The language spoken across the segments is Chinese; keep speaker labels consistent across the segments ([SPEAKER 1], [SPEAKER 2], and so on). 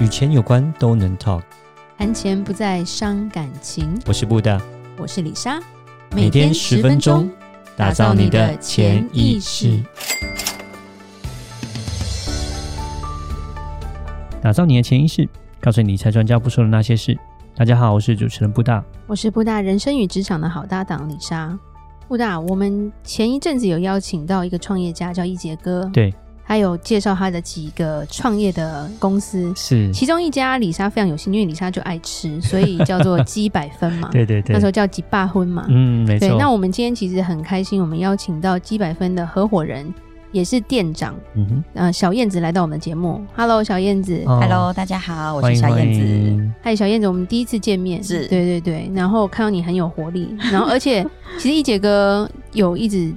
[SPEAKER 1] 与钱有关都能 talk。
[SPEAKER 2] 谈钱不再伤感情。
[SPEAKER 1] 我是布大，
[SPEAKER 2] 我是李莎，
[SPEAKER 1] 每天十分钟，打造你的潜意识，打造你的潜意识，告诉你理财专家不说的那些事。大家好，我是主持人布大。
[SPEAKER 2] 我是布大人生与职场的好搭档李莎。布大，我们前一阵子有邀请到一个创业家叫一杰哥，
[SPEAKER 1] 对，
[SPEAKER 2] 他有介绍他的几个创业的公司，
[SPEAKER 1] 是，
[SPEAKER 2] 其中一家李莎非常有兴趣，因为李莎就爱吃，所以叫做鸡百分嘛，
[SPEAKER 1] 对对
[SPEAKER 2] 那
[SPEAKER 1] 对
[SPEAKER 2] 时，候叫几霸婚嘛。
[SPEAKER 1] 嗯，没
[SPEAKER 2] 对，
[SPEAKER 1] 错。
[SPEAKER 2] 那我们今天其实很开心，我们邀请到鸡百分的合伙人，也是店长，
[SPEAKER 1] 嗯哼
[SPEAKER 2] 呃，小燕子来到我们的节目。Hello，小燕子。
[SPEAKER 1] 哦
[SPEAKER 3] 呃 Hello，大家好，我
[SPEAKER 1] 欢迎
[SPEAKER 3] 是小燕
[SPEAKER 1] 欢
[SPEAKER 3] 子。
[SPEAKER 1] 迎
[SPEAKER 2] 嗨，小燕子，我们第一次见面，
[SPEAKER 3] 是
[SPEAKER 2] 对对对，然后看到你很有活 力，然后而且其实一杰哥有一直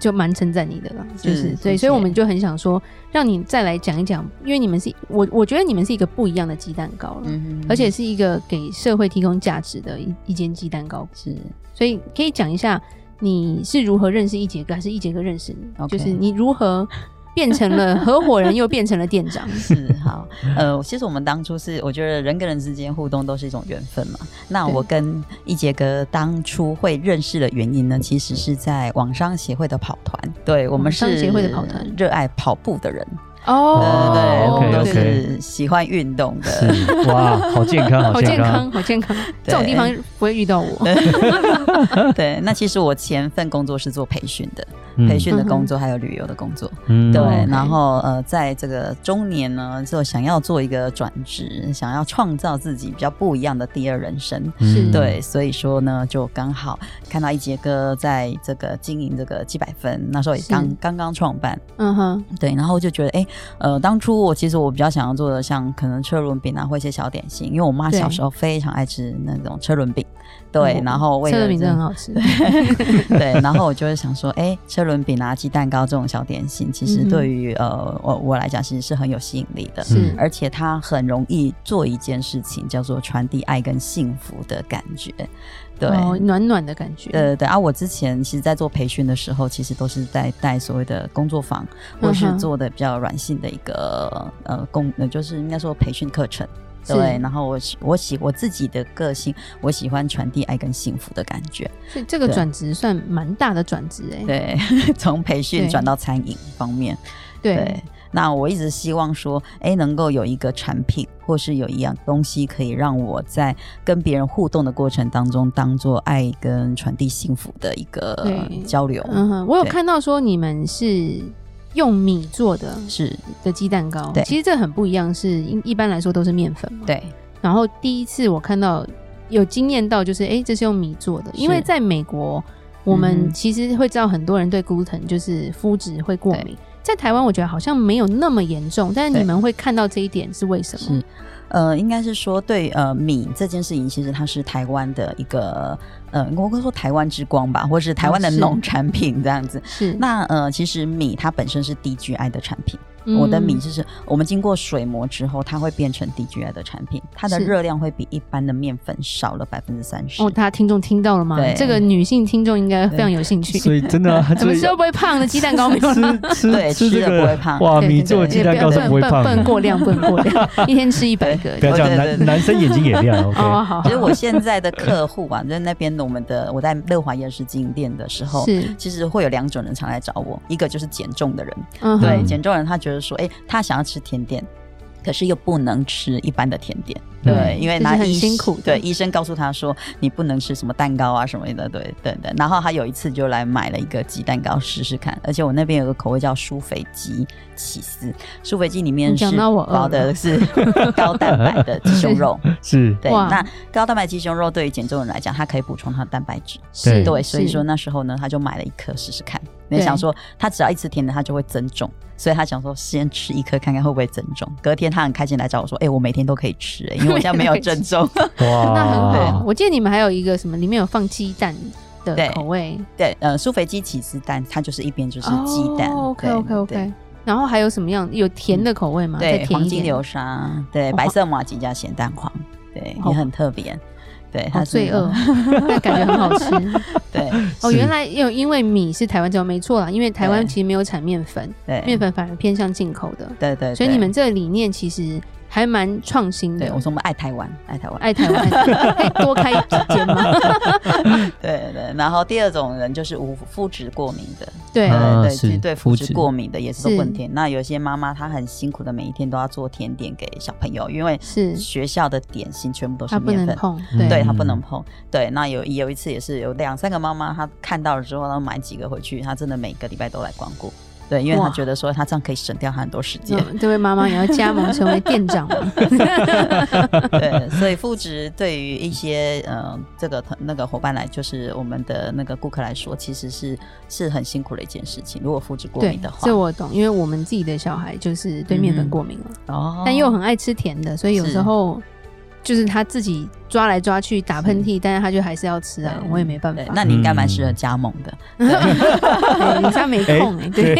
[SPEAKER 2] 就蛮称赞你的啦，就是是
[SPEAKER 3] 谢
[SPEAKER 2] 对，
[SPEAKER 3] 谢
[SPEAKER 2] 所以我们就很想说，让你再来讲一讲，因为你们是我我觉得你们是一个不一样的鸡蛋糕了，
[SPEAKER 3] 嗯哼
[SPEAKER 2] 而且是一个给社会提供价值的一一间鸡蛋糕，
[SPEAKER 3] 是
[SPEAKER 2] 所以可以讲一下你是如何认识一杰哥，还是一杰哥认识你
[SPEAKER 3] OK
[SPEAKER 2] 就是你如何变成了 合伙人，又变成了店长，
[SPEAKER 3] 是好，呃，其实我们当初是，我觉得人跟人之间互动都是一种缘分嘛。那
[SPEAKER 2] 对
[SPEAKER 3] 我跟一杰哥当初会认识的原因呢，其实是在网商协会的跑团。对我
[SPEAKER 2] 网
[SPEAKER 3] 们
[SPEAKER 2] 商
[SPEAKER 3] 是
[SPEAKER 2] 协会的跑团
[SPEAKER 3] 热爱跑步的人，
[SPEAKER 1] 哦
[SPEAKER 3] 对
[SPEAKER 1] 哦
[SPEAKER 3] 我们都
[SPEAKER 1] OK，OK
[SPEAKER 3] 是喜欢运动 的。
[SPEAKER 1] 是哇，好健康，
[SPEAKER 2] 好
[SPEAKER 1] 好
[SPEAKER 2] 健
[SPEAKER 1] 健康。
[SPEAKER 2] 康，好健康，这
[SPEAKER 3] 对
[SPEAKER 2] 种地方不会遇到我。
[SPEAKER 3] 对，那其实我前份工作是做培训的，
[SPEAKER 1] 嗯
[SPEAKER 3] 培训的工作还有旅游的工作。
[SPEAKER 1] 嗯
[SPEAKER 3] 对，
[SPEAKER 2] OK
[SPEAKER 3] 然后呃，在这个中年呢，就想要做一个转职，想要创造自己比较不一样的第二人生。
[SPEAKER 2] 是嗯
[SPEAKER 3] 对，所以说呢，就刚好看到一杰哥在这个经营这个几百分，那时候也
[SPEAKER 2] 是
[SPEAKER 3] 刚刚刚创办，
[SPEAKER 2] 嗯哼，
[SPEAKER 3] 对，然后就觉得，哎，呃，当初我其实我比较想要做的，像可能车轮饼啊，或一些小点心，因为我妈
[SPEAKER 2] 对
[SPEAKER 3] 小时候非常爱吃那种车轮饼，对，
[SPEAKER 2] 嗯
[SPEAKER 3] 然后为
[SPEAKER 2] 车
[SPEAKER 3] 了
[SPEAKER 2] 轮饼
[SPEAKER 3] 这
[SPEAKER 2] 真的很好吃。
[SPEAKER 3] 对，然后我就会想说，哎、车轮饼啊、鸡蛋糕这种小点心，其实
[SPEAKER 2] 嗯哼
[SPEAKER 3] 对于、呃我我来讲，其实是很有吸引力的。
[SPEAKER 2] 是
[SPEAKER 3] 嗯而且它很容易做一件事情，叫做传递爱跟幸福的感觉。对，
[SPEAKER 2] 哦，暖暖的感觉。
[SPEAKER 3] 对对对啊！我之前其实，在做培训的时候，其实都是在带所谓的工作坊，或
[SPEAKER 2] 嗯
[SPEAKER 3] 是
[SPEAKER 2] 哼
[SPEAKER 3] 做的比较软性的一个呃工，呃就是应该说培训课程。
[SPEAKER 2] 是
[SPEAKER 3] 对，然后我喜我喜我自己的个性，我喜欢传递爱跟幸福的感觉。
[SPEAKER 2] 所以这个
[SPEAKER 3] 对
[SPEAKER 2] 转职算蛮大的转职哎。
[SPEAKER 3] 对， 从培
[SPEAKER 2] 对
[SPEAKER 3] 训转到餐饮方面，
[SPEAKER 2] 对，
[SPEAKER 3] 那我一直希望说，哎，能够有一个产品，或是有一样东西，可以让我在跟别人互动的过程当中，当做爱跟传递幸福的一个
[SPEAKER 2] 对
[SPEAKER 3] 交流。
[SPEAKER 2] 嗯哼，我有
[SPEAKER 3] 对
[SPEAKER 2] 看到说你们是用米做的
[SPEAKER 3] 是
[SPEAKER 2] 的鸡蛋糕，
[SPEAKER 3] 对
[SPEAKER 2] 其实这很不一样，是一一般来说都是面粉嘛。
[SPEAKER 3] 对，
[SPEAKER 2] 然后第一次我看到有惊艳到，就是哎、诶这是用米做的，因为
[SPEAKER 3] 是
[SPEAKER 2] 在美国，我们
[SPEAKER 3] 嗯
[SPEAKER 2] 其实会知道很多人对 gluten 就是麸质会过
[SPEAKER 3] 对
[SPEAKER 2] 敏，在台湾我觉得好像没有那么严重，但是
[SPEAKER 3] 对
[SPEAKER 2] 你们会看到这一点是为什么
[SPEAKER 3] 是？呃，应该是说对呃米这件事情，其实它是台湾的一个呃，我会说台湾之光吧，或是台湾的
[SPEAKER 2] 哦是
[SPEAKER 3] 农产品这样子。
[SPEAKER 2] 是
[SPEAKER 3] 那呃，其实米它本身是低 GI 的产品。
[SPEAKER 2] 嗯
[SPEAKER 3] 我的米就是我们经过水磨之后，它会变成 DGI 的产品，它的
[SPEAKER 2] 是
[SPEAKER 3] 热量会比一般的面粉少了百分之三十
[SPEAKER 2] 哦，。大家听众听到了吗
[SPEAKER 3] 对？
[SPEAKER 2] 这个女性听众应该非常有兴趣。
[SPEAKER 1] 所以真的啊，
[SPEAKER 2] 怎
[SPEAKER 1] 所
[SPEAKER 2] 么
[SPEAKER 1] 以
[SPEAKER 2] 吃都不会胖的鸡蛋糕没 有了。
[SPEAKER 1] 吃吃
[SPEAKER 3] 对
[SPEAKER 1] 吃
[SPEAKER 3] 吃
[SPEAKER 1] 这
[SPEAKER 3] 了
[SPEAKER 1] 个
[SPEAKER 3] 不会胖
[SPEAKER 1] 哇，
[SPEAKER 2] 对
[SPEAKER 1] 哦米
[SPEAKER 2] 对
[SPEAKER 1] 做
[SPEAKER 2] 对
[SPEAKER 1] 鸡蛋
[SPEAKER 2] 不要
[SPEAKER 1] 糕是不会胖
[SPEAKER 2] 不能
[SPEAKER 1] 的。
[SPEAKER 2] 过量，不能过量， 一天吃一百个。
[SPEAKER 1] 不要这样，
[SPEAKER 3] 对对
[SPEAKER 1] 男
[SPEAKER 3] 对
[SPEAKER 1] 男生眼睛也亮。OK
[SPEAKER 2] 哦，好，好
[SPEAKER 3] 其实我现在的客户啊，就是那边的我们的我在乐华夜市经营店的时候。
[SPEAKER 2] 是，
[SPEAKER 3] 其实会有两种人常来找我，一个就是减重的人，
[SPEAKER 2] 嗯哼，
[SPEAKER 3] 对
[SPEAKER 1] 嗯
[SPEAKER 3] 减重人他觉得说，哎、他想要吃甜点，可是又不能吃一般的甜点，
[SPEAKER 1] 嗯
[SPEAKER 3] 对，因为
[SPEAKER 2] 这
[SPEAKER 3] 那
[SPEAKER 2] 是很
[SPEAKER 3] 医
[SPEAKER 2] 辛苦的
[SPEAKER 3] 对，医生告诉他说你不能吃什么蛋糕啊什么的，对，等等。然后他有一次就来买了一个鸡蛋糕试试看，而且我那边有个口味叫酥肥鸡起司，酥肥鸡里面
[SPEAKER 2] 你讲
[SPEAKER 3] 是
[SPEAKER 2] 到我饿
[SPEAKER 3] 包的
[SPEAKER 2] 了
[SPEAKER 3] 是 高蛋白的鸡 胸肉，
[SPEAKER 1] 是
[SPEAKER 3] 对，
[SPEAKER 2] 哇
[SPEAKER 3] 那高蛋白鸡胸肉对于减重人来讲，它可以补充它的蛋白质，
[SPEAKER 2] 是，
[SPEAKER 3] 对，所以
[SPEAKER 2] 是
[SPEAKER 3] 说那时候呢，他就买了一颗试试看。你
[SPEAKER 2] 对
[SPEAKER 3] 想说，他只要一吃甜的，他就会增重，所以他想说先吃一颗看看会不会增重。隔天他很开心来找我说：“哎、我每天都可以吃、 哎因为我现在没有增重。
[SPEAKER 1] 哇，
[SPEAKER 2] 那
[SPEAKER 3] 哦
[SPEAKER 2] 很好。我记得你们还有一个什么，里面有放鸡蛋的
[SPEAKER 3] 对
[SPEAKER 2] 口味，”
[SPEAKER 3] 对，呃，苏肥鸡起司蛋，它就是一边就是鸡蛋。
[SPEAKER 2] 哦 OK
[SPEAKER 3] 对
[SPEAKER 2] OK
[SPEAKER 3] 对嗯
[SPEAKER 2] OK。然后还有什么样？有甜的口味吗？再
[SPEAKER 3] 对，
[SPEAKER 2] 甜
[SPEAKER 3] 黄
[SPEAKER 2] 一
[SPEAKER 3] 金
[SPEAKER 2] 点。
[SPEAKER 3] 流沙，对，
[SPEAKER 2] 哦
[SPEAKER 3] 白色马吉加咸蛋黄，对，
[SPEAKER 2] 哦
[SPEAKER 3] 也很特别。对，
[SPEAKER 2] 好
[SPEAKER 3] 它是
[SPEAKER 2] 哦罪 恶，但感觉很 好吃。
[SPEAKER 3] 对
[SPEAKER 2] 哦，
[SPEAKER 1] 是
[SPEAKER 2] 原来有因为米是台湾种，没错啦，因为台湾
[SPEAKER 3] 对
[SPEAKER 2] 其实没有产面粉，
[SPEAKER 3] 对，
[SPEAKER 2] 面粉反而偏向进口的，
[SPEAKER 3] 对对对，
[SPEAKER 2] 所以你们这个理念其实还蛮创新
[SPEAKER 3] 对，
[SPEAKER 2] 的。
[SPEAKER 3] 我说我们爱台湾，爱台湾，
[SPEAKER 2] 爱台湾， 可以多开几间 吗？
[SPEAKER 3] 对对。然后第二种人就是无肤质过敏的，
[SPEAKER 2] 对，
[SPEAKER 1] 啊
[SPEAKER 3] 对
[SPEAKER 1] 是
[SPEAKER 3] 对，对肤
[SPEAKER 1] 肤
[SPEAKER 3] 质
[SPEAKER 1] 质
[SPEAKER 3] 过敏的也是
[SPEAKER 2] 是
[SPEAKER 3] 问题。那有些妈妈她很辛苦的，每一天都要做甜点给小朋友，因为
[SPEAKER 2] 是
[SPEAKER 3] 学校的点心全部都是
[SPEAKER 2] 他不
[SPEAKER 3] 嗯面
[SPEAKER 2] 能
[SPEAKER 3] 粉。
[SPEAKER 2] 碰，
[SPEAKER 1] 嗯
[SPEAKER 3] 对
[SPEAKER 2] 对，
[SPEAKER 3] 她不能碰，对，那有有一次也是有两三个妈妈，她看到了之后，然后买几个回去，她真的每个礼拜都来光顾，对，因为她
[SPEAKER 2] 哇
[SPEAKER 3] 觉得说她这样可以省掉她很多时间，
[SPEAKER 2] 嗯这位妈妈也要加 盟成为店长吗？
[SPEAKER 3] 对，所以肤质对于一些呃这个那个伙伴来，就是我们的那个顾客来说，其实是是很辛苦的一件事情。如果肤质过
[SPEAKER 2] 对
[SPEAKER 3] 敏的，话
[SPEAKER 2] 这，我懂，因为我们自己的小孩就是对面粉
[SPEAKER 3] 嗯
[SPEAKER 2] 过敏了，
[SPEAKER 3] 哦
[SPEAKER 2] 但又很爱吃甜的，所以有
[SPEAKER 3] 是
[SPEAKER 2] 时候就是他自己抓来抓去打喷嚏，但是他就还是要吃啊，
[SPEAKER 3] 对
[SPEAKER 2] 我也没办
[SPEAKER 3] 对，
[SPEAKER 2] 法。
[SPEAKER 3] 那你应该蛮适合加盟的。
[SPEAKER 2] 哎他没空哎，对。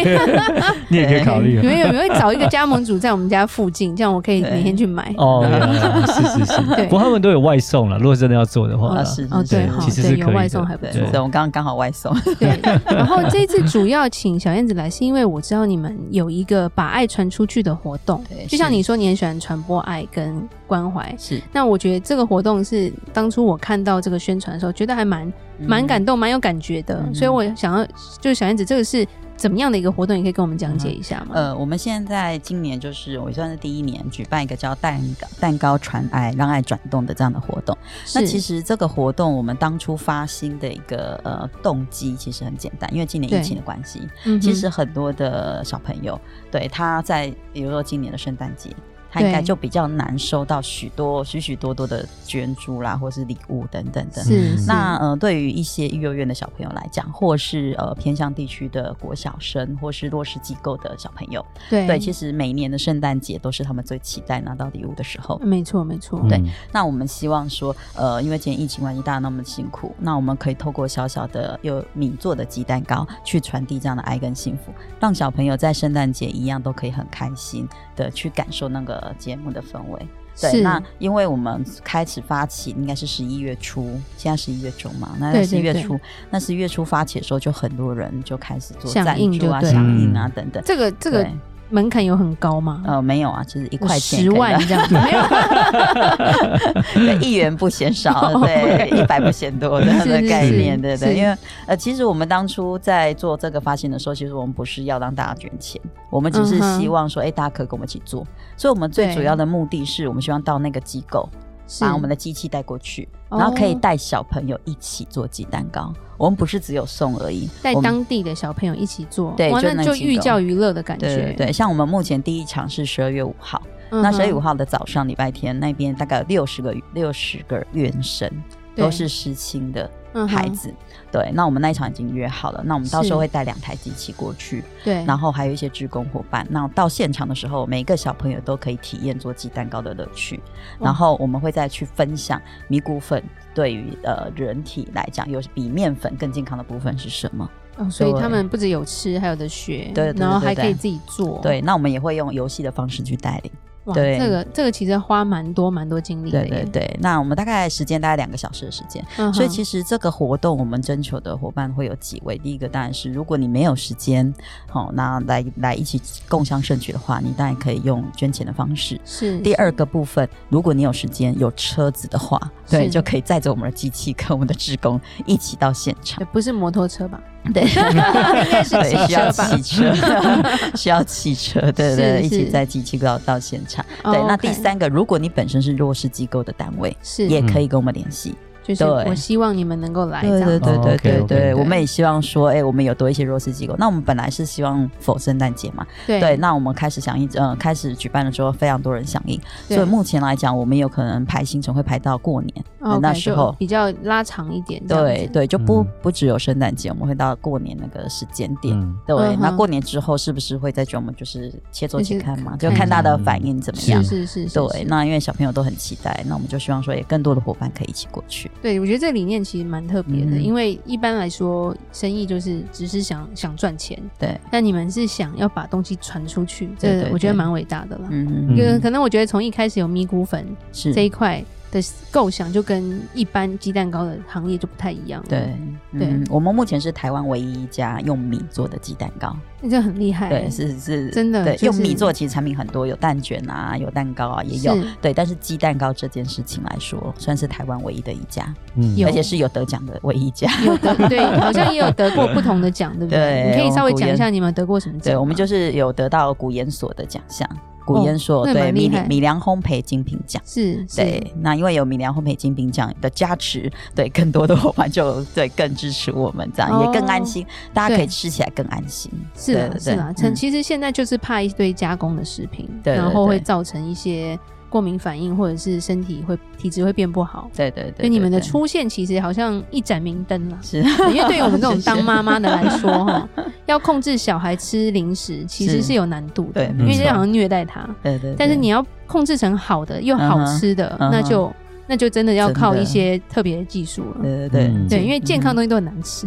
[SPEAKER 1] 你也可以考虑啊
[SPEAKER 2] 你们有没有找一个加盟主在我们家附近，这样我可以
[SPEAKER 3] 对
[SPEAKER 2] 每天去买？
[SPEAKER 1] 哦，原来是是是，
[SPEAKER 2] 对
[SPEAKER 1] 不过他们都有外送了。如果真的要做的话
[SPEAKER 3] 啊
[SPEAKER 1] 啦，
[SPEAKER 3] 是
[SPEAKER 2] 哦，对
[SPEAKER 1] 是
[SPEAKER 2] 哈，
[SPEAKER 1] 其实是
[SPEAKER 2] 对，有
[SPEAKER 1] 可以
[SPEAKER 2] 外
[SPEAKER 1] 的
[SPEAKER 2] 送还不
[SPEAKER 3] 对，
[SPEAKER 2] 错
[SPEAKER 3] 对。我们刚刚刚好外送，
[SPEAKER 2] 对， 然后这次主要请小燕子来，是因为我知道你们有一个把爱传出去的活动
[SPEAKER 3] 对，
[SPEAKER 2] 就像
[SPEAKER 3] 是
[SPEAKER 2] 你说，你很喜欢传播爱跟关怀。
[SPEAKER 3] 是
[SPEAKER 2] 那我觉得这个活动是当初我看到这个宣传的时候，觉得还蛮蛮感动、蛮有感觉的，
[SPEAKER 3] 嗯
[SPEAKER 2] 所以我想要就是小燕子这个是怎么样的一个活动，你可以跟我们讲解一下吗？
[SPEAKER 3] 呃，我们现在今年就是我也算是第一年举办一个叫蛋糕蛋糕传爱，让爱转动的这样的活动。那
[SPEAKER 2] 是
[SPEAKER 3] 其实这个活动我们当初发心的一个呃动机其实很简单，因为今年疫
[SPEAKER 2] 对
[SPEAKER 3] 情的关系，
[SPEAKER 2] 嗯哼
[SPEAKER 3] 其实很多的小朋友，对他在比如说今年的圣诞节，他应该
[SPEAKER 2] 对
[SPEAKER 3] 就比较难收到许多许许多多的捐助啦，或是礼物等等的。
[SPEAKER 2] 是是
[SPEAKER 3] 那呃，对于一些育幼院的小朋友来讲，或是呃偏向地区的国小生，或是弱势机构的小朋友，
[SPEAKER 2] 对
[SPEAKER 3] 对，其实每一年的圣诞节都是他们最期待拿到礼物的时候。
[SPEAKER 2] 没错没错，
[SPEAKER 3] 对
[SPEAKER 1] 嗯
[SPEAKER 3] 那我们希望说，呃，因为今天疫情关系，大家那么辛苦，那我们可以透过小小的有米做的鸡蛋糕，去传递这样的爱跟幸福，让小朋友在圣诞节一样都可以很开心的去感受那个节目的氛围。对，
[SPEAKER 2] 是
[SPEAKER 3] 那因为我们开始发起应该是十一月初，现在十一月中嘛，那在
[SPEAKER 2] 对
[SPEAKER 3] 十一
[SPEAKER 2] 对
[SPEAKER 3] 月
[SPEAKER 2] 对
[SPEAKER 3] 初，那十一月初发起的时候，就很多人就开始做
[SPEAKER 2] 响
[SPEAKER 3] 赞
[SPEAKER 2] 应
[SPEAKER 3] 助啊、
[SPEAKER 2] 就对
[SPEAKER 3] 响应啊
[SPEAKER 1] 嗯
[SPEAKER 3] 等等。
[SPEAKER 2] 这个这个
[SPEAKER 3] 对
[SPEAKER 2] 门槛有很高吗？
[SPEAKER 3] 呃，没有啊，就是一
[SPEAKER 2] 有
[SPEAKER 3] 块钱可以
[SPEAKER 2] 十
[SPEAKER 3] 的
[SPEAKER 2] 万这样，没 有
[SPEAKER 3] 对，一元不嫌 少，对，一百不嫌多的
[SPEAKER 2] 哦是是
[SPEAKER 3] 的概念，
[SPEAKER 2] 是
[SPEAKER 3] 对
[SPEAKER 2] 是
[SPEAKER 3] 对。因为呃，其实我们当初在做这个发行的时候，其实我们不是要让大家捐钱，我们只是
[SPEAKER 2] 嗯哼
[SPEAKER 3] 希望说，哎、大家可以跟我们一起做。所以我们最
[SPEAKER 2] 对
[SPEAKER 3] 主要的目的是我们希望到那个机构，
[SPEAKER 2] 是
[SPEAKER 3] 把我们的机器带过去，
[SPEAKER 2] 哦
[SPEAKER 3] 然后可以带小朋友一起做鸡蛋糕。我们不是只有送而已，
[SPEAKER 2] 带
[SPEAKER 3] 我们
[SPEAKER 2] 当地的小朋友一起做，
[SPEAKER 3] 对
[SPEAKER 2] 哇，
[SPEAKER 3] 就
[SPEAKER 2] 那
[SPEAKER 3] 那
[SPEAKER 2] 就
[SPEAKER 3] 几
[SPEAKER 2] 寓
[SPEAKER 3] 个
[SPEAKER 2] 教于乐的感
[SPEAKER 3] 对
[SPEAKER 2] 觉
[SPEAKER 3] 对，对，像我们目前第一场是十二月五号，
[SPEAKER 2] 嗯哼，
[SPEAKER 3] 那十二月五号的早上，礼拜天那边大概有六十个六十个原生
[SPEAKER 2] 对
[SPEAKER 3] 都是失亲的。
[SPEAKER 2] 嗯哼
[SPEAKER 3] 孩子。对，那我们那一场已经约好了，那我们到时候
[SPEAKER 2] 是
[SPEAKER 3] 会带两台机器过去，
[SPEAKER 2] 对，
[SPEAKER 3] 然后还有一些志工伙伴。那到现场的时候，每个小朋友都可以体验做鸡蛋糕的乐趣，
[SPEAKER 2] 哇
[SPEAKER 3] 然后我们会再去分享米谷粉。对于呃人体来讲，有比面粉更健康的部分是什么？
[SPEAKER 2] 哦所以
[SPEAKER 3] 对
[SPEAKER 2] 他们不只有吃，还有的学，
[SPEAKER 3] 对对对
[SPEAKER 2] 然后还
[SPEAKER 3] 对
[SPEAKER 2] 可以
[SPEAKER 3] 对
[SPEAKER 2] 自己做，
[SPEAKER 3] 对，那我们也会用游戏的方式去带领。
[SPEAKER 2] 哇，
[SPEAKER 3] 对
[SPEAKER 2] 这个这个其实花蛮多蛮多精力的
[SPEAKER 3] 对
[SPEAKER 2] 耶，
[SPEAKER 3] 对对，那我们大概时间大概两个小时的时间，
[SPEAKER 2] 嗯哼，
[SPEAKER 3] 所以其实这个活动我们征求的伙伴会有几位？第一个当然是，如果你没有时间，好、那来来一起共襄盛举的话，你当然可以用捐钱的方式。
[SPEAKER 2] 是
[SPEAKER 3] 第二个部分，如果你有时间有车子的话，对，
[SPEAKER 2] 是
[SPEAKER 3] 就可以载着我们的机器跟我们的职工一起到现场
[SPEAKER 2] 对。不是摩托车吧？
[SPEAKER 3] 对，
[SPEAKER 2] 应 该是汽
[SPEAKER 3] 对，需要
[SPEAKER 2] 车吧
[SPEAKER 3] 汽车， 需要汽车，对对，
[SPEAKER 2] 是
[SPEAKER 3] 一起
[SPEAKER 2] 是
[SPEAKER 3] 载机器到到现场。对，
[SPEAKER 2] 哦
[SPEAKER 3] 那
[SPEAKER 2] OK
[SPEAKER 3] 第三个，如果你本身是弱势机构的单位，
[SPEAKER 2] 是
[SPEAKER 3] 也可以跟我们联系。
[SPEAKER 2] 就是
[SPEAKER 3] 对
[SPEAKER 2] 我希望你们能够来，这
[SPEAKER 3] 对
[SPEAKER 2] 样
[SPEAKER 3] 对
[SPEAKER 2] 子
[SPEAKER 3] 对
[SPEAKER 1] 哦
[SPEAKER 3] 对对
[SPEAKER 1] OK，OK
[SPEAKER 3] 对，
[SPEAKER 1] 对
[SPEAKER 3] 我们也希望说，哎，我们有多一些弱势机构。那我们本来是希望否圣诞节嘛，对，
[SPEAKER 2] 对
[SPEAKER 3] 那我们开始响应，呃，开始举办的时候，非常多人响应，
[SPEAKER 2] 对
[SPEAKER 3] 所以目前来讲，我们有可能排行程会排到过年，
[SPEAKER 2] 哦 OK，
[SPEAKER 3] 那时候
[SPEAKER 2] 就比较拉长一点，这样
[SPEAKER 3] 对
[SPEAKER 2] 子
[SPEAKER 3] 对，就不
[SPEAKER 1] 嗯
[SPEAKER 3] 不只有圣诞节，我们会到过年那个时间点。
[SPEAKER 1] 嗯
[SPEAKER 3] 对
[SPEAKER 2] 嗯，
[SPEAKER 3] 那
[SPEAKER 2] 哼
[SPEAKER 3] 过年之后是不是会再去我们就是切磋
[SPEAKER 2] 就
[SPEAKER 3] 起
[SPEAKER 2] 是
[SPEAKER 3] 看嘛？
[SPEAKER 2] 看
[SPEAKER 3] 就看大家的
[SPEAKER 1] 嗯
[SPEAKER 3] 反应怎么
[SPEAKER 1] 这
[SPEAKER 3] 样
[SPEAKER 2] 是。是是是，
[SPEAKER 3] 对，
[SPEAKER 2] 是
[SPEAKER 3] 那因为小朋友都很期待，那我们就希望说，也更多的伙伴可以一起过去。
[SPEAKER 2] 对，我觉得这理念其实蛮特别的，
[SPEAKER 3] 嗯
[SPEAKER 2] 因为一般来说，生意就是只是想想赚钱，
[SPEAKER 3] 对，
[SPEAKER 2] 但你们是想要把东西传出去，
[SPEAKER 3] 对
[SPEAKER 2] 这
[SPEAKER 3] 对
[SPEAKER 2] 我觉得
[SPEAKER 3] 对
[SPEAKER 2] 蛮伟大的啦。
[SPEAKER 3] 嗯
[SPEAKER 1] 嗯
[SPEAKER 2] 可可能我觉得从一开始有咪咕粉
[SPEAKER 3] 是
[SPEAKER 2] 这一块，的构想就跟一般鸡蛋糕的行业就不太一样。
[SPEAKER 3] 对，
[SPEAKER 2] 对
[SPEAKER 3] 嗯，我们目前是台湾唯一一家用米做的鸡蛋糕。
[SPEAKER 2] 你这很厉害、
[SPEAKER 3] 对，是是，
[SPEAKER 2] 真的
[SPEAKER 3] 对，
[SPEAKER 2] 就是
[SPEAKER 3] 用米做其实产品很多，有蛋卷啊，有蛋糕啊，也有。
[SPEAKER 2] 是
[SPEAKER 3] 对，但是鸡蛋糕这件事情来说，算是台湾唯一的一家，
[SPEAKER 1] 嗯
[SPEAKER 2] 有
[SPEAKER 3] 而且是有得奖的唯一一家。
[SPEAKER 2] 有 得对，好像也有得过不同的奖，对不
[SPEAKER 3] 对
[SPEAKER 2] 你可以稍微
[SPEAKER 3] 我们古
[SPEAKER 2] 讲
[SPEAKER 3] 言
[SPEAKER 2] 一下你们得过什么奖吗？
[SPEAKER 3] 对，我们就是有得到古研所的奖项，古研所、
[SPEAKER 2] 哦那
[SPEAKER 3] 对
[SPEAKER 2] 蛮厉
[SPEAKER 3] 米
[SPEAKER 2] 害
[SPEAKER 3] 米粮烘焙精品奖。
[SPEAKER 2] 是是
[SPEAKER 3] 对，那因为有米粮烘焙精品奖的加持，对更多的伙伴就对更支持我们，这样、
[SPEAKER 2] 哦
[SPEAKER 3] 也更安心，大家可以
[SPEAKER 2] 对
[SPEAKER 3] 吃起来更安心。
[SPEAKER 2] 是
[SPEAKER 3] 对
[SPEAKER 2] 啊
[SPEAKER 3] 对
[SPEAKER 2] 是啊，
[SPEAKER 3] 对
[SPEAKER 2] 成
[SPEAKER 3] 嗯
[SPEAKER 2] 其实现在就是怕一堆加工的食品，
[SPEAKER 3] 对对
[SPEAKER 2] 然后
[SPEAKER 3] 对
[SPEAKER 2] 会造成一些过敏反应，或者是身体会体质会变不好。
[SPEAKER 3] 对对对
[SPEAKER 2] 所以你们的
[SPEAKER 3] 对
[SPEAKER 2] 出现其实好像一盏明灯啦，
[SPEAKER 3] 是
[SPEAKER 2] 因为对于我们这种
[SPEAKER 3] 谢谢
[SPEAKER 2] 当妈妈的来说， 哈，要控制小孩吃零食其实
[SPEAKER 3] 是
[SPEAKER 2] 是有难度的，
[SPEAKER 3] 对
[SPEAKER 2] 因为
[SPEAKER 1] 没
[SPEAKER 2] 这
[SPEAKER 1] 错
[SPEAKER 2] 好像虐待他。
[SPEAKER 3] 对对，
[SPEAKER 2] 但是
[SPEAKER 3] 对
[SPEAKER 2] 你要控制成好的又好吃的，
[SPEAKER 3] 嗯哼
[SPEAKER 2] 那就那就真的要靠
[SPEAKER 3] 真的
[SPEAKER 2] 一些特别的技术了。
[SPEAKER 3] 对对对、
[SPEAKER 1] 嗯
[SPEAKER 2] 对，因为健康
[SPEAKER 3] 嗯
[SPEAKER 2] 的东西都很难 吃，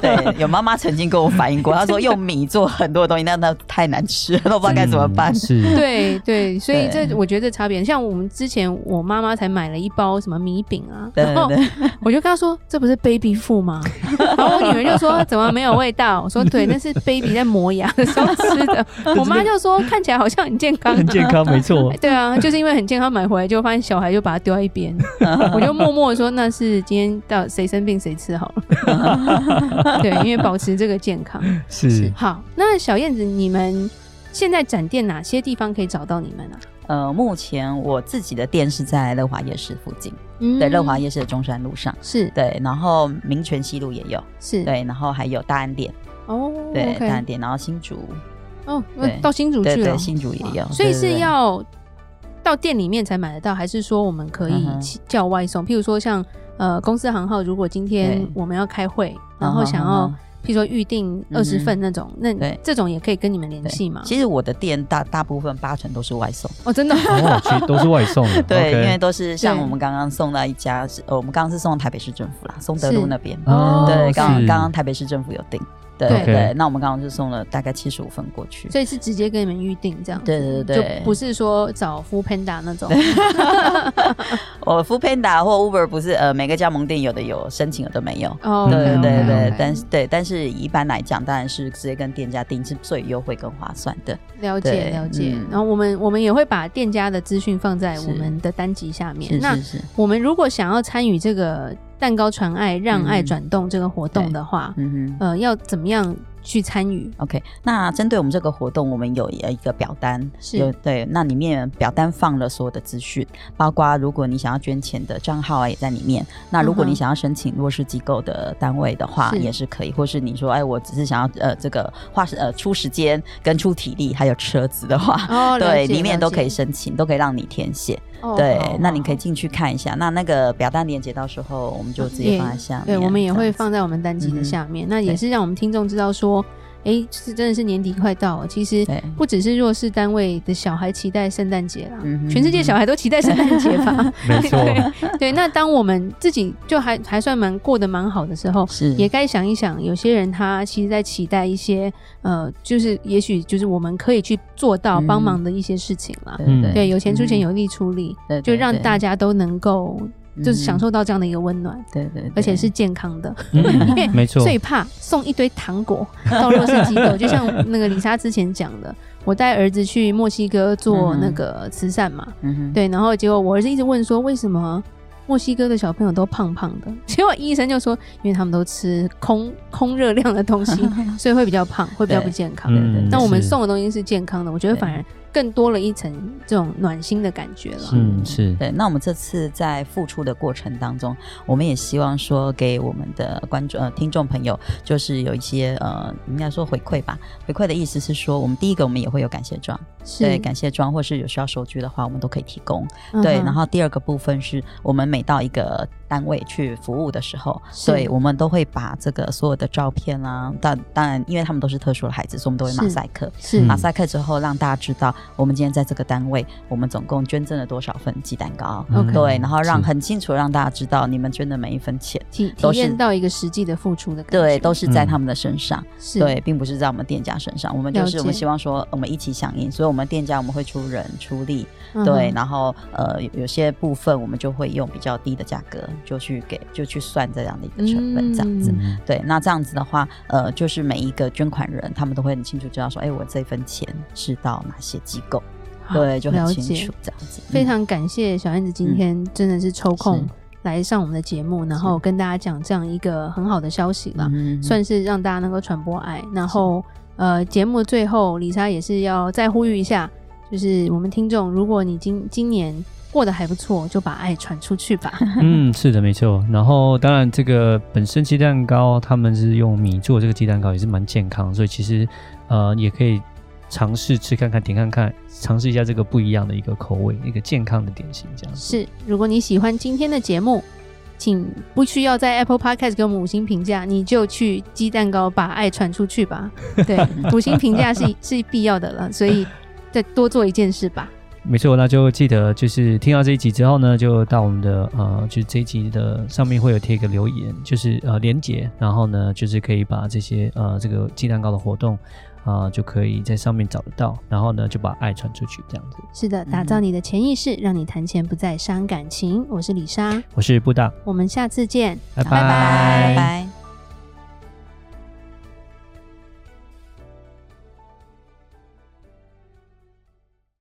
[SPEAKER 3] 对，有妈妈曾经跟我反映过，她说用米做很多东西，那那太难吃了，都不知道该怎么办
[SPEAKER 1] 嗯。是，
[SPEAKER 2] 对对，所以这
[SPEAKER 3] 对
[SPEAKER 2] 我觉得这差别。像我们之前，我妈妈才买了一包什么米饼啊，
[SPEAKER 3] 对
[SPEAKER 2] 然后
[SPEAKER 3] 对
[SPEAKER 2] 我就跟她说：“这不是 baby food 吗？” 然后我女儿就说：“怎么没有味道？”我说：“对，那是 baby 在磨牙的时候 吃的。”我妈就说：“看起来好像很健康。
[SPEAKER 1] 很”健康，没错。
[SPEAKER 2] 对啊，就是因为很健康，买回来就发现小孩就把它丢在 一边，我就默默地说那是今天到谁生病谁吃好 了。对，因为保持这个健康。
[SPEAKER 1] 是
[SPEAKER 2] 好，那小燕子，你们现在展店哪些地方可以找到你们啊？
[SPEAKER 3] 呃，目前我自己的店是在乐华夜市附近，
[SPEAKER 2] 嗯
[SPEAKER 3] 对，乐华夜市的中山路上，
[SPEAKER 2] 是
[SPEAKER 3] 对，然后民权西路也有，
[SPEAKER 2] 是
[SPEAKER 3] 对，然后还有大安店，
[SPEAKER 2] 嗯哦，
[SPEAKER 3] 对，大
[SPEAKER 2] OK
[SPEAKER 3] 安店，然后新竹，
[SPEAKER 2] 哦，那
[SPEAKER 3] 对
[SPEAKER 2] 到新竹
[SPEAKER 3] 对
[SPEAKER 2] 去了
[SPEAKER 3] 对，，新竹也有，
[SPEAKER 2] 哇所以
[SPEAKER 3] 对
[SPEAKER 2] 是。要到店里面才买得到，还是说我们可以
[SPEAKER 3] 嗯哼
[SPEAKER 2] 起叫外送？譬如说像呃公司行号，如果今天
[SPEAKER 3] 对
[SPEAKER 2] 我们要开会，然后想要譬如说预定二
[SPEAKER 3] 嗯哼
[SPEAKER 2] 十份那种，那
[SPEAKER 3] 对
[SPEAKER 2] 这种也可以跟你们联
[SPEAKER 3] 嗯对
[SPEAKER 2] 系嘛？
[SPEAKER 3] 其实我的店大大部分八成都是外送，
[SPEAKER 2] 哦， 真的
[SPEAKER 1] 哦，其实都是外送的，
[SPEAKER 3] 对
[SPEAKER 1] OK
[SPEAKER 3] 因为都是像
[SPEAKER 2] 对
[SPEAKER 3] 我们刚刚送到一家是，呃，我们刚刚是送台北市政府啦，松德
[SPEAKER 2] 是
[SPEAKER 3] 路那边，
[SPEAKER 1] 哦
[SPEAKER 3] 对，
[SPEAKER 1] 是
[SPEAKER 3] 刚刚刚刚台北市政府有订，对
[SPEAKER 2] 对
[SPEAKER 3] 对
[SPEAKER 1] OK
[SPEAKER 3] 那我们刚刚就送了大概七十五份过去。
[SPEAKER 2] 所以是直接跟你们预定这样子，
[SPEAKER 3] 对对对对
[SPEAKER 2] 就不是说找 f o o Panda 那 种，
[SPEAKER 3] 我 f o o Panda 或 Uber 不是呃每个加盟店有的有申请，有的没有。
[SPEAKER 2] 哦，
[SPEAKER 3] 对对
[SPEAKER 2] OK，OK，
[SPEAKER 3] 对
[SPEAKER 2] OK
[SPEAKER 3] 对，但是对，但是一般来讲，当然是直接跟店家订是最优惠、更划算的。
[SPEAKER 2] 了解
[SPEAKER 3] 对
[SPEAKER 2] 了解。
[SPEAKER 3] 嗯
[SPEAKER 2] 然后我们我们也会把店家的资讯放在
[SPEAKER 3] 是
[SPEAKER 2] 我们的单集下面。
[SPEAKER 3] 是
[SPEAKER 2] 那
[SPEAKER 3] 是是，
[SPEAKER 2] 我们如果想要参与这个蛋糕传爱、让爱
[SPEAKER 3] 嗯
[SPEAKER 2] 转动这个活动的话，
[SPEAKER 3] 嗯哼。
[SPEAKER 2] 呃，要怎么样去参与？
[SPEAKER 3] OK，那针对我们这个活动，我们有一个表单，
[SPEAKER 2] 是
[SPEAKER 3] 有对，那里面表单放了所有的资讯，包括如果你想要捐钱的账号啊也在里面。那如果
[SPEAKER 2] 嗯
[SPEAKER 3] 你
[SPEAKER 2] 哼
[SPEAKER 3] 想要申请弱势机构的单位的话，
[SPEAKER 2] 是
[SPEAKER 3] 也是可以，或是你说，哎，我只是想要呃这个花时呃出时间跟出体力，还有车子的话，
[SPEAKER 2] 哦，了
[SPEAKER 3] 对，
[SPEAKER 2] 解
[SPEAKER 3] 里面都可以
[SPEAKER 2] 了解
[SPEAKER 3] 申请，都可以让你填写。
[SPEAKER 2] 哦
[SPEAKER 3] 对
[SPEAKER 2] 好，
[SPEAKER 3] 那
[SPEAKER 2] 好哦
[SPEAKER 3] 你可以进去看一下。那那个表单链接到时候我们就直接
[SPEAKER 2] 也
[SPEAKER 3] 放在下面。
[SPEAKER 2] 对，我们也
[SPEAKER 3] 这样
[SPEAKER 2] 会
[SPEAKER 3] 子
[SPEAKER 2] 放在我们单集的
[SPEAKER 3] 嗯哼
[SPEAKER 2] 下面。那也
[SPEAKER 3] 对
[SPEAKER 2] 是让我们听众知道说，哎，是真的是年底快到了，其实
[SPEAKER 3] 对
[SPEAKER 2] 不只是弱势单位的小孩期待圣诞节啦，
[SPEAKER 3] 嗯哼嗯
[SPEAKER 2] 全世界小孩都期待圣诞节吧？
[SPEAKER 1] 没错，
[SPEAKER 2] 对对。那当我们自己就还还算蛮过得蛮好的时候。
[SPEAKER 3] 是
[SPEAKER 2] 也该想一想，有些人他其实在期待一些，呃，就是也许就是我们可以去做到
[SPEAKER 3] 嗯
[SPEAKER 2] 帮忙的一些事情啦。
[SPEAKER 1] 嗯
[SPEAKER 2] 对，有钱出钱，
[SPEAKER 3] 嗯
[SPEAKER 2] 有力出力，
[SPEAKER 3] 对
[SPEAKER 2] 就让大
[SPEAKER 3] 家
[SPEAKER 2] 家都能够就是享，受到这样的一个温暖。
[SPEAKER 3] 对对，对
[SPEAKER 2] 而且是健康的，因为
[SPEAKER 1] 嗯，没错，
[SPEAKER 2] 最怕送一堆糖果到弱势机构，就像那个李莎之前讲的，我带儿子去墨西哥做
[SPEAKER 3] 嗯哼
[SPEAKER 2] 那个慈善嘛，
[SPEAKER 3] 嗯哼
[SPEAKER 2] 对，然后结果我儿子一直问说为什么。墨西哥的小朋友都胖胖的，结果医生就说，因为他们都吃空空热量的东 西，所以会比较胖，会比较不
[SPEAKER 3] 对
[SPEAKER 2] 健康。
[SPEAKER 1] 嗯，
[SPEAKER 2] 那我们
[SPEAKER 1] 是
[SPEAKER 2] 送的东西是健康的，我觉得
[SPEAKER 3] 对
[SPEAKER 2] 反而更多了一层这种暖心的感觉了。
[SPEAKER 1] 嗯是
[SPEAKER 3] 对，那我们这次在付出的过程当中，我们也希望说给我们的观众呃听众朋友，就是有一些呃应该说回馈吧。回馈的意思是说，我们第一个我们也会有感谢状，
[SPEAKER 2] 是
[SPEAKER 3] 对，感谢状或是有需要收据的话，我们都可以提供。对，
[SPEAKER 2] 嗯哼
[SPEAKER 3] 然后第二个部分是我们每到一个单位去服务的时候，
[SPEAKER 2] 是
[SPEAKER 3] 对我们都会把这个所有的照片啊，但当然，因为他们都是特殊的孩子，所以我们都会马
[SPEAKER 2] 是
[SPEAKER 3] 赛克。
[SPEAKER 2] 是
[SPEAKER 1] 嗯
[SPEAKER 3] 马赛克之后，让大家知道我们今天在这个单位，我们总共捐赠了多少份鸡蛋糕。
[SPEAKER 1] 嗯
[SPEAKER 2] OK
[SPEAKER 3] 对，然后让
[SPEAKER 1] 是
[SPEAKER 3] 很清楚地让大家知道你们捐的每一分钱，
[SPEAKER 2] 体体
[SPEAKER 3] 都是
[SPEAKER 2] 验到一个实际的付出的感觉，
[SPEAKER 3] 对，都是在
[SPEAKER 1] 嗯
[SPEAKER 3] 他们的身上。
[SPEAKER 2] 是
[SPEAKER 3] 对，并不是在我们店家身上，我们就
[SPEAKER 2] 了
[SPEAKER 3] 是我们
[SPEAKER 2] 解
[SPEAKER 3] 希望说我们一起响应，所以我们店家我们会出人出力，
[SPEAKER 2] 嗯
[SPEAKER 3] 对，
[SPEAKER 2] 哼
[SPEAKER 3] 然后呃有有些部分我们就会用比较低的价格就去给就去算这样的一个成本，这样子。
[SPEAKER 2] 嗯
[SPEAKER 1] 嗯
[SPEAKER 3] 对，那这样子的话，呃，就是每一个捐款人，他们都会很清楚知道说，哎、我这份钱是到哪些机构，
[SPEAKER 2] 好
[SPEAKER 3] 对，就很
[SPEAKER 2] 了
[SPEAKER 3] 清
[SPEAKER 2] 解
[SPEAKER 3] 楚。这样子。
[SPEAKER 2] 非
[SPEAKER 3] 嗯
[SPEAKER 2] 常感谢小燕子今天真的是抽空来上我们的节目，然后跟大家讲这样一个很好的消息啦，
[SPEAKER 3] 嗯
[SPEAKER 2] 算是让大家能够传播爱。然后呃，节目最后，李莎也是要再呼吁一下，就是我们听众，如果你今今年过得还不错，就把爱传出去吧。
[SPEAKER 1] 嗯，是的，没错。然后当然，这个本身鸡蛋糕他们是用米做这个鸡蛋糕，也是蛮健康，所以其实呃也可以尝试吃看看，点看看，尝试一下这个不一样的一个口味，一个健康的点心这样子。
[SPEAKER 2] 是，如果你喜欢今天的节目，请不需要在 Apple Podcast 给我们五星评价，你就去鸡蛋糕把爱传出去吧。对，五星评价是是必要的了，所以再多做一件事吧。
[SPEAKER 1] 没错，那就记得就是听到这一集之后呢，就到我们的呃，就是这一集的上面会有贴一个留言，就是呃连结，然后呢就是可以把这些呃这个鸡蛋糕的活动啊、呃就可以在上面找得到，然后呢就把爱传出去这样子。
[SPEAKER 2] 是的，打造你的潜意识，让你谈钱不再伤感情。我是李莎，
[SPEAKER 1] 我是布大，
[SPEAKER 2] 我们下次见。
[SPEAKER 1] 拜
[SPEAKER 3] 拜
[SPEAKER 2] 拜
[SPEAKER 3] 拜。